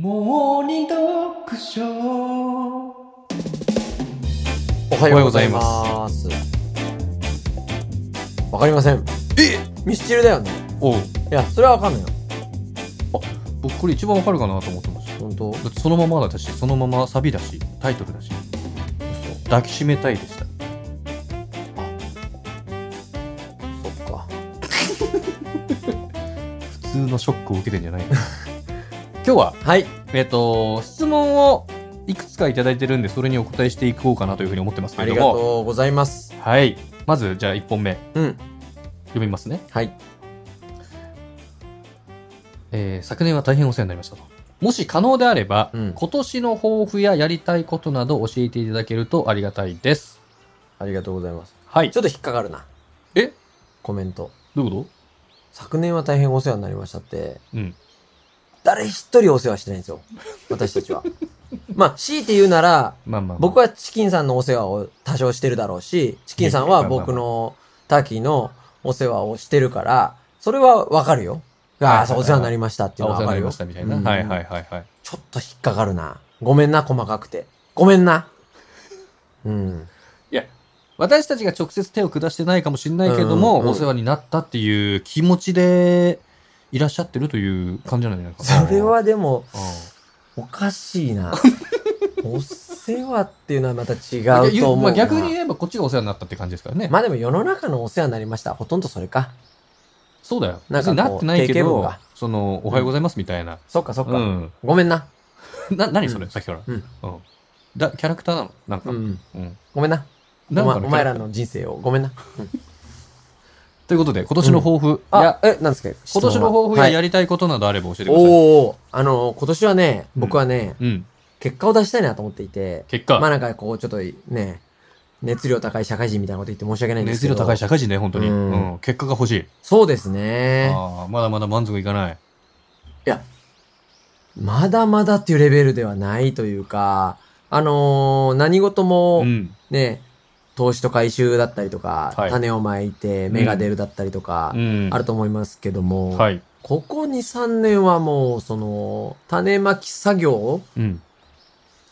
モーニングトークショー。おはようございます。わかりません。えミスチルだよね。おういや、それはわかんないよ。僕これ一番わかるかなと思ってました本当。だってそのままだったしそのままサビだしタイトルだし抱きしめたいでしたそっか。普通のショックを受けてんじゃない 今日ははい。えっ、と質問をいくつかいただいてるんでそれにお答えしていこうかなというふうに思ってますけあれりどがもとうございます。はいまずじゃあ1本目うん。読みますね、はい。えー昨年は大変お世話になりましたともし可能であれば、うん今年の抱負ややりたいことなど教えていただけるとありがたいですありがとうございます。はいちょっと引っかかるな。えコメント。どういうこ昨年は大変お世話になりましたって、とうん誰一人お世話してないんですよ。私たち は。まあ、強いて言うなら、まあまあ、僕はチキンさんのお世話を多少してるだろうし、チキンさんは僕のターキーのお世話をしてるから、それはわかるよ。はいあはあ、いはいお世話になりましたっていうあのおは世話になわかるりよ。ましたみたいな、うんはいはいはいはいちょっと引っかかるな。ごめんな、細かくて。ごめんな。うん。私たちが直接手を下してないかもしれないけれどうんも、うんお世話になったっていう気持ちでいらっしゃってるという感じなんじゃないかな。それはでも、うん、おかし いな。お世話っていうのはまた違いうと思うな。まあ、逆に言えばこっちがお世話になったって感じですからね。まあでも世の中のお世話になりました。ほとんどそれか。そうだよ。なんかこう別になってないけ定型文どが、その、おはようございますみたいな。そっかそっうか。ん。ごめんな。な、何それ、さっきから。うんうんだ、キャラクターなのなんか。ううん。ん。ごめんな。なお,、んま、かのお前らの人生をごめんな。ということで、今年の抱負あ、や、え、なんですか今年の抱負ややりりたいことなどあれば教えてくおださい。おーあの、今年はね、僕はね、うん。結果を出したいなと思っていて、結果、まあなんかこう、ちょっとね、熱量高い社会人みたいなこと言って申し訳ないんです熱けど。量高い社会人ね、本当に。ううんん。結果が欲しい。そうですね。ああ、まだまだ満足いかない。まだまだっていうレベルではないというか、あのー何事もうん。ね、投資と回収だったりとか、はい種をまいて芽が出るだったりとか、うんあると思いますけども、はい。ここ2、3年はもう、その、種まき作業うん。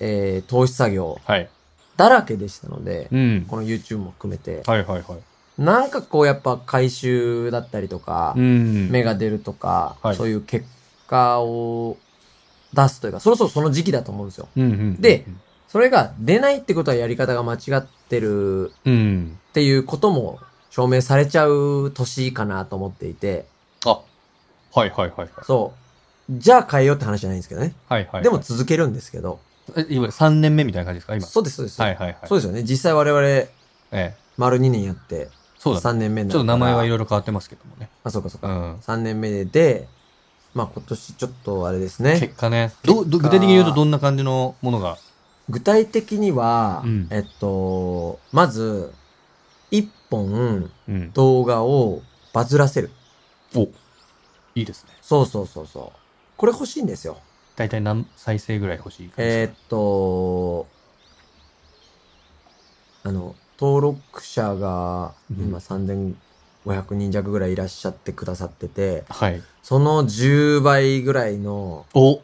えー投資作業はい。だらけでしたので、うん。この YouTube も含めて、はいはいはい。なんかこうやっぱ回収だったりとか、ん芽が出るとか、はいそういう結果を出すというか、そろそろその時期だと思うんですよ。うんうん。で、それが出ないってことはやり方が間違ってるうん。っていうことも証明されちゃう年かなと思っていて、あ、はいはいはいはい。そう。じゃあ変えようって話じゃないんですけどね。はいはい。でも、続けるんですけど。えいわゆる3年目みたいな感じですか、今。そうです、そうです。はいはいはい。そうですよね。実際我々、ええ。丸2年やって、そうだ3ね。年目にちょなっと名前はいろろいろ変わってますけどもね。あ、そうかそううか。ん。 3年目でまあ今年ちょっとあれですね。結果ね。ど、ど具体的に言うとどんな感じのものが。具体的には、うんえっと、まず、1本うん。動画をバズらせる。お、いいですね。そうそうそうそう。これ欲しいんですよ。大体何再生ぐらい欲しい感じえーっと、あの、登録者がうん今3500人弱ぐらいいらっしゃってくださってて、はい。その10倍ぐらいのお、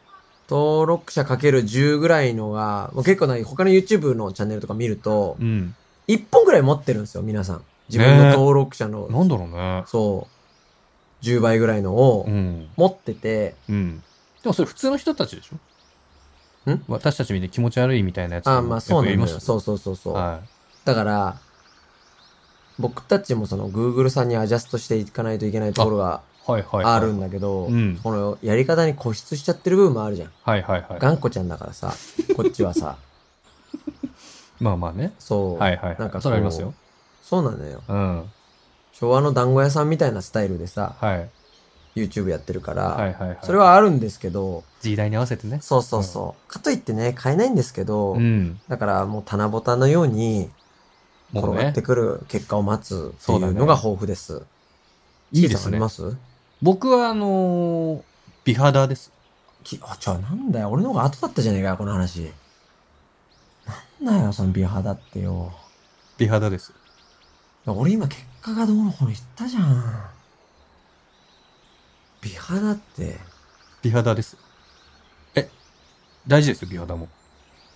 登録者かける10ぐらいのが、もう結構ない、他の YouTube のチャンネルとか見るとう、ん。 1本ぐらい持ってるんですよ、皆さん。自分の登録者の、なんだろうね。そう、10倍ぐらいのをうん。持ってて、うん。でもそれ普通の人たちでしょん私たちみたいに気持ち悪いみたいなやつああ、まあそうなんだよ。う。そうそうそうそう。はだから、僕たちもその Google さんにアジャストしていかないといけないところがい。はいはいはい。あるんだけど、うんこのやり方に固執しちゃってる部分もあるじゃん。はいはいはい。頑固ちゃんだからさ、こっちはさ、まあまあね。そう。はいはい。なんかこうそれありますよ。そうなのよ。うん。はい。昭和の団子屋さんみたいなスタイルでさ、はい YouTube やってるから、はいはい。それ、はあるんですけど、時代に合わせてね。そうそうそう。かといってね、買えないんですけど、うん。だからもう棚ぼたのようにも転うがねって。くる結果を待つっていそうだうねのが豊富です。いいちでーすさんあねりま。す僕は、あのー、美肌です。きあ、ちょ、なんだよ。俺の方が後だったじゃねえかよ、この話。なんだよ、その美肌ってよ。美肌です。俺今結果がどうのこうの言ったじゃん。美肌って、美肌です。え、大事ですよ、美肌も。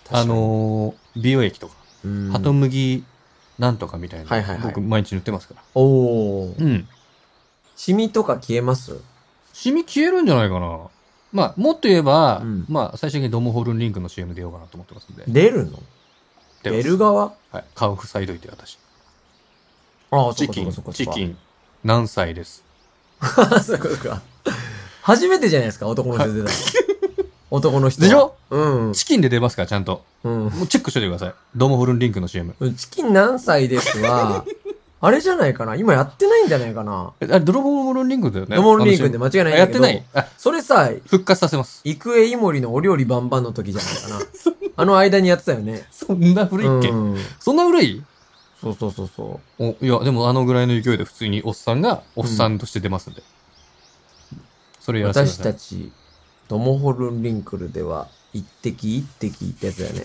確かにあ、のー美容液とか、うんハトムギなんとかみたいな、はいはいはい僕毎日塗ってますから。おーうん。シミとか消えますシミ消えるんじゃないかな。まあ、もっと言えば、うんまあ、最終的にドムホルンリンクの CM 出ようかなと思ってますんで。出るの出出まする側はい。顔塞いどいて、私。ああ、チキン、チキン。ン、何歳です。 あそうかそうか。初めてじゃないですか、男の人出たの。 男の人は。でしょうんチキンで出ますから、ちゃんと。うん。もうチェックしといてください。ドムホルンリンクの CM。うん。チキン何歳です は、あれじゃないかな今やってないんじゃないかなえあれ、ドロホルンリンクだよね。ドモンリー君で間違いないんあだやっけど。てない。あ、それさ、復活させます。育英イモリのお料理バンバンの時じゃない かな。あの間にやってたよね。そんな古いっけ、うんそんな古いそうそうそうそおいや、でもあのぐらいの勢いで普通におっさんが、おっさんとして出ますんで。それう。やらせてくだ私さい。たち、ドモホルンリンクルでは、一滴一滴ってやつだよね。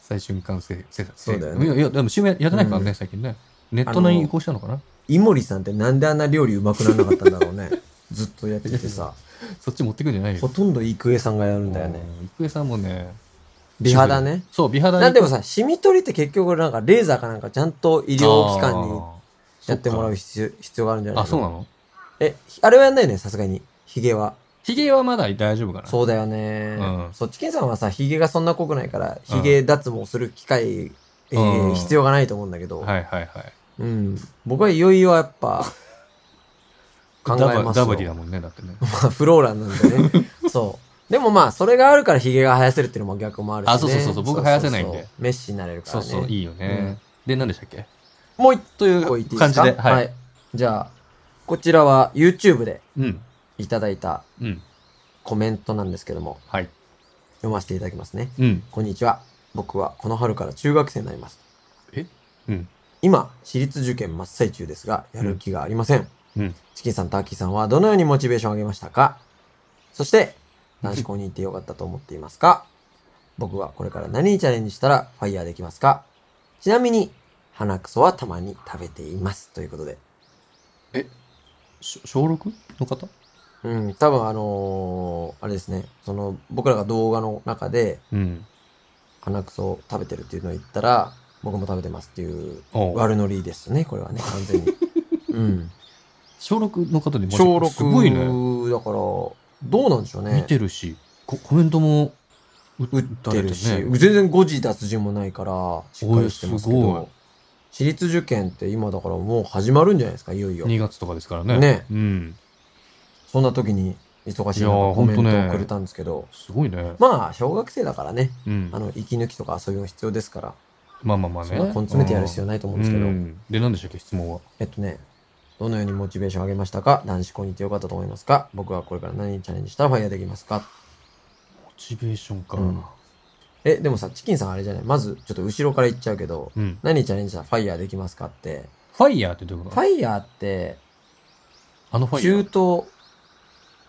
最瞬間制作。そうだよねいやいや、でも CM やってないからね、う最近ね。ネットのあのに移行したのかなイモリさんってなんであんな料理うまくならなかったんだろう ね。ずっとやっててさ。そっち持ってくんじゃない ほよ。とんど育英さんがやるんだよね。うん。郁恵さんもね。美肌ね。そう、美肌なんでもさ、シミ取りって結局なんかレーザーかなんかちゃんと医医療機関にやってもらう必要必要があるんじゃないあ、そうなののえ、あれはやんないよね、さすがに。ヒゲは。ヒゲはまだ大丈夫かなそうだよね。うんそっちけんさんはさ、ヒゲがそんな濃くないから、うんヒゲ脱毛する機会、えーうん必要がないと思うんだけど、はいはいはい。うん。僕はいよいよやっぱ、 考えますダよバダバディだもんね、だってね。まあ フローランな んでね。そう。でもまあ、それがあるからヒゲが生やせるっていうのも逆もあるし、ね。あそうそうそうそう僕生やせないんでそうそうそうメッシになれるからそうね。そう、いいよね。で、何でしたっけもう一とい個いっていういで感すじかで。はい。じゃあ、こちらは YouTube でうん。いただいたうん。コメントなんですけども、はい。読ませていただきますね。うん。こんにちは。僕はこの春から中学生になります。えうん。今、私立受験真っ最中ですが、やる気がありません。うん。チキンさん、ターキーさんはどのようにモチベーションを上げましたかそして、男子校に行ってよかったと思っていますか僕はこれから何にチャレンジしたらファイヤーできますかちなみに、鼻くそはたまに食べています。ということで。し小 6? の方うん、多分あのーあれですね、その、僕らが動画の中でうん。鼻くそを食べてるっていうのを言ったら、僕も食べてますっていうおう悪ノリですね、これはね、完全に。うん。小6の方にも小6すごいね。だから、どうなんでしょうね。見てるし、ココメントも打打ってるし、打たれてね全然誤字脱字もないから、しっかりしてますけおいすごいど、私立受験って今だからもう始まるんじゃないですか、いよいよ。 2月とかですからね。ねうん。そんな時に忙しいいやーのコメントほんとをねくれたんですけど、すごいね。まあ、小学生だからね、うんあ。の、息抜きとか遊びも必要ですから、まあまあまあそね。んな根詰めてやる必要ないと思うんですけど、うんで、何でしたっけ、質問は。えっとね、どのようにモチベーション上げましたか男子校に行ってよかったと思いますか僕はこれから何にチャレンジしたらファイヤーできますかモチベーションか。うんえ、でもさ、チキンさんあれじゃないまず、ちょっと後ろから言っちゃうけど、うん。何にチャレンジしたらファイヤーできますかって、ファイヤーってどういうこフとァイヤーって、あのファイヤ中ー。東、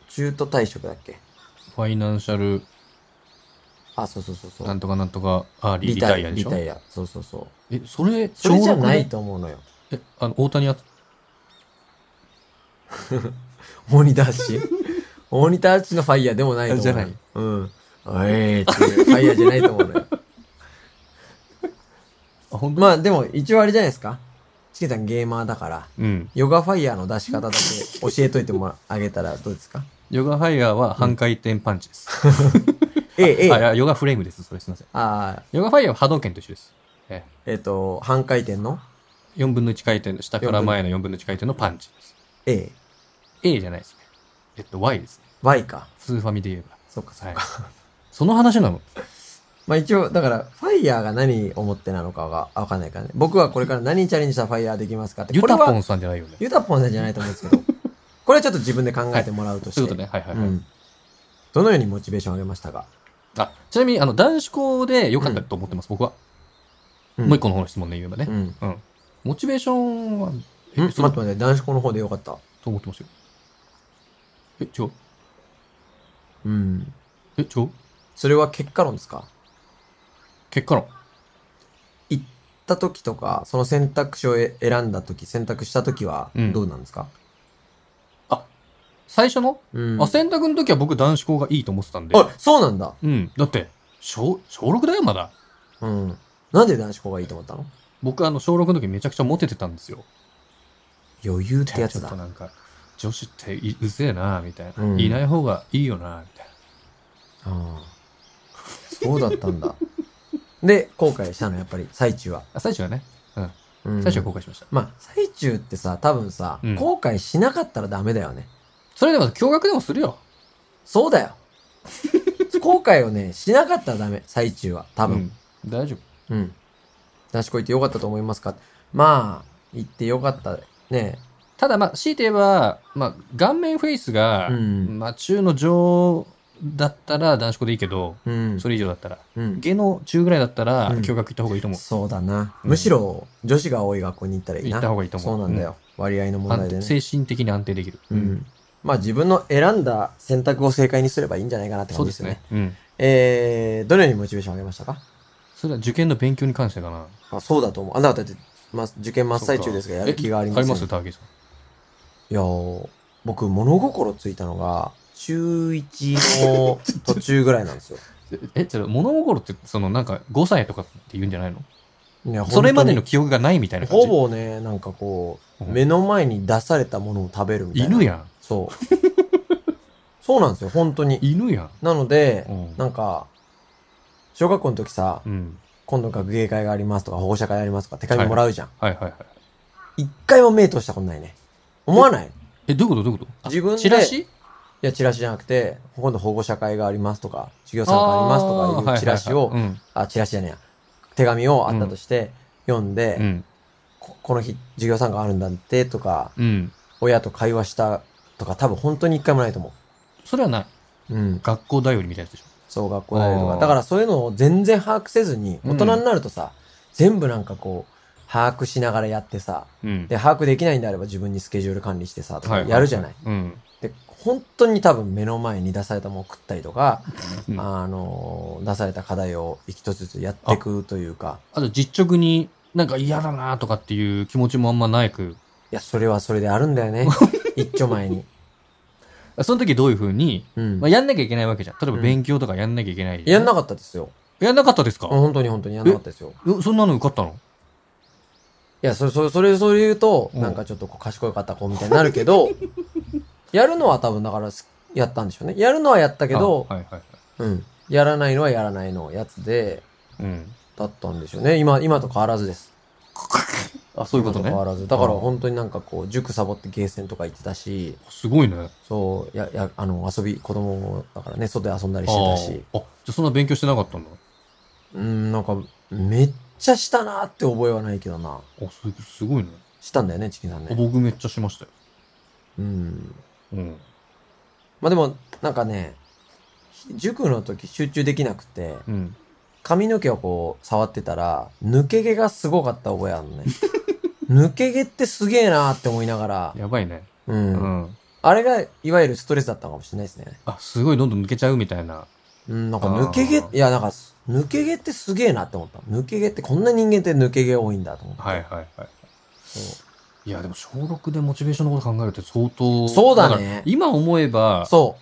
中東退職だっけファイナンシャル、あ、そうそうそうそなう。んとかなんとか、あ、リリタイアでリしょタイア。そうそうそう。え、それ、それじ小ゃ六でないと思うのよ。え、あの、大谷あ鬼ダッ シュ。鬼ダッシュのファイヤーでもないと思う。じゃない。うん。ええっていうファイヤーじゃないと 思うのよ。あ、ほんまあでも一応あれじゃないですか。チキさんゲーマーだから、うん。ヨガファイヤーの出し方だけ教えといてもらあげたらどうですかヨガファイヤーは半回転パンチです。ええ、ええ。あ、いあやヨガフレームです。それすいません。あヨガファイヤーは波動拳と一緒です。えー、えっ、と、半回転のえ、4分の1回転、下から前の4分の1回転のパンチです。 A、 A じゃないですね。えっと、Y ですね。 Y か。スーファミで言えば。そっかそっか。はい。 その話なの。まあ一応、だから、ファイヤーが何をもってなのかがわかんないからね。僕はこれから何にチャレンジしたらファイヤーできますかって。ユタこポれはンさんじゃないよね。ユタポンさんじゃないと思う んですけど。これはちょっと自分で考えてもらうとしそて。ういうことね。はいはいはい。うん。どのようにモチベーションを上げましたかあ、ちなみに、あの、男子校で良かったと思ってます、僕は。うんもう一個の方の質問で言えばねう。ん。んモチベーションは、え待ってそう待って、男子校の方でよかった。と思ってますよ。え、違ううん。え、違うそれは結果論ですか結果論。行った時とか、その選択肢をえ選んだ時、選択した時はうんどうなんですか、あ、最初の、うん。あ、選択の時は僕男子校がいいと思ってたんで。あ、そうなんだ。うん。だって、小、小6だよ、まだ。うん。なんで男子校がいいと思ったの僕、あの、小6の時めちゃくちゃモテてたんですよ。余裕ってやちつょっだと。なんか、女子っていうぜえな、みたいな、うんいない方がいいよな、みたいな。ああ。そうだったんだ。 で、後悔したの、やっぱり、最中は。あ最初はね、うん最初は後悔しました。まあ、最中ってさ、多分さ、うん後悔しなかったらダメだよね。それでも、驚愕でもするよ。そうだよ。 後悔をね、しなかったらダメ、最中は。多分。うん。大丈夫。うん。男子校行ってよかったと思いますかまあ、行ってよかった。ねただ、まあ、強いて言えば、まあ、顔面フェイスが、うんまあ、中の上だったら男子校でいいけど、うん。それ以上だったら。うん。芸能中ぐらいだったら、うん驚愕行った方がいいと思う。そうだな。うんむしろ、女子が多い学校に行ったらいい行な。った方がいいと思う。そうなんだよ。割合のう問ん。題安で定ね。精神的に安定できる。う。ん。まあ自分の選んだ選択を正解にすればいいんじゃないかなってそ感うじでですすよねね。。うん。えー、どのようにモチベーション上げましたかそれは受験の勉強に関してかな。あ、そうだと思う。あなただって、まあ、受験真っ最中ですが、そっやかる気がありえませあん。りますターゲーさん。いやー僕、物心ついたのが、中1の途中ぐらいな んですよ。え、ちょっと物心って、そのなんか5歳とかって言うんじゃないのいやそれまでの本記憶がないみたい当な感にじ。ほぼね、なんかこう、うん目の前に出されたものを食べるみたいな。犬やん。そう。そうなんですよ、本当に。犬やん。なので、うんなんか、小学校の時さ、うん。今度学芸会がありますとか、保護者会ありますとか、手紙もらうじゃん。はいはいはい。一回も目通したことないね。思わないいえ、どういうことどういうことあ自分でチラシや、チラシじゃなくて、今度保護者会がありますとか、授業参加ありますとかいうチラシあをーは、いはいはいあ、チラシじゃねえや。手紙をあったとして、読んで、うん。うん。こ、この日授業参加あるんだってとか、うん。親と会話したとか、多分本当に一回もないと思それはな、う。うん。学校だよりみたいなやつでしょ。そう、学校だよとあか。ーだからそういうのを全然把握せずに、う大ん人になるとさ、全部なんかこう、把握しながらやってさ、うん。で、把握できないんであれば自分にスケジュール管理してさ、とかはいはいやるじゃない。うん。で、本当に多分目の前に出されたものを食ったりとか、うんあのー出された課題を一つずつやっていくというか、あと実直になんか嫌だなとかっていう気持ちもあんまないく。いや、それはそれであるんだ よね。一丁前に。その時どういうふうに、うんまあ、。やんなきゃいけないわけじゃん。例えばうん勉強とかやんなきゃいけないじゃやんなかったですよ。やんなかったですか、本当に本当にやんなかったですよ。えそんなの受かったのいや、それ、それ、それ、それ言うと、うんなんかちょっとこう賢かった子みたいになるけ ど、やるのは多分だからす、やったんでしょうね。やるのはやったけどあ、はいはいはい。うん。やらないのはやらないのやつで、うん。だったんでしょうね。今、今と変わらずです。あ、そういうこと今ね変。わらず。だからうん本当になんかこう、塾サボってゲーセンとか行ってたし、すごいね。そう、や、や、あの、遊び、子供だからね、外で遊んだりしてたし、あーあじゃあそんな勉強してなかったんだ。うん、なんか、めっちゃしたなって覚えはないけどな。あ、すすごいねしたんだよね、チキンさんね。僕めっちゃしましたよ。うん。うん。まあでも、なんかね、塾の時集中できなくて、うん。髪の毛をこう触ってたら、抜け毛がすごかった覚えある のね。抜け毛ってすげえなーって思いながら、やばいね。うん。うん。あれが、いわゆるストレスだったのかもしれないですね。あ、すごいどんどん抜けちゃうみたいな。うん、なんかあー抜け毛、いや、なんか、抜け毛ってすげえなって思った。抜け毛ってこんな人間って抜け毛多いんだと思って。はいはいはい。そういや、でも小6でモチベーションのこと考えるって相当。そうだねから今思えば、そ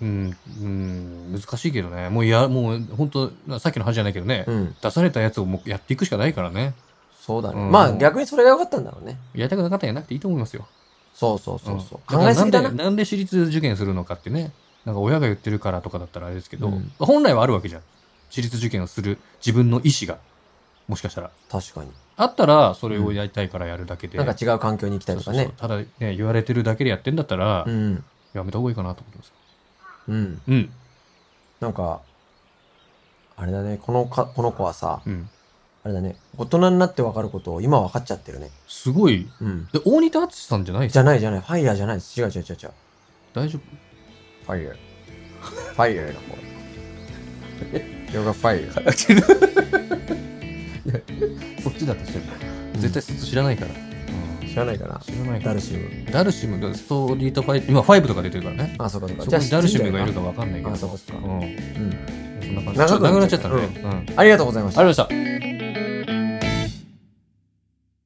うん、うん、難しいけどね。もういや、もう本当さっきの話じゃないけどね、う。うん。出されたやつをもうやっていくしかないからね。そうだね。うんまあ逆にそれが良かったんだろうね。やりたくなかったらやんなくていいと思いますよ。そうそうそうそう。ん考えすぎだななんで。なんで私立受験するのかってね、なんか親が言ってるからとかだったらあれですけど、うん本来はあるわけじゃん。私立受験をする自分の意思が、もしかしたら。確かに。あったら、それをやりたいからやるだけで。なんか違う環境に行きたいとかそねう。そうそうただね、言われてるだけでやってんだったら、うん。やめた方がいいかなと思ってます。うん。うん。なんか、あれだね。このか、この子はさ、うん。あれだね。大人になって分かることを今分かっちゃってるね。すごい。うん。え、大仁田淳さんじゃないじゃないじゃない。ファイヤーじゃないです。違う違う違う違う。大丈夫ファイヤー。ファイヤーの方。 えヨガファイヤー。 そっちだとしてる。絶対そっち知らないから。うん知らないかな。知らないかダらル。シム。ダルシム、だストリートファイ今5とか出てるからね。あ、そうかそうか。そこにダルシムがいるか。かわかんないけど。あそうかそうかうん。うん。そんな感じ。長くなっちゃった長くなっちゃったね。うん。ありがとうありがとうございましごたざい。ました。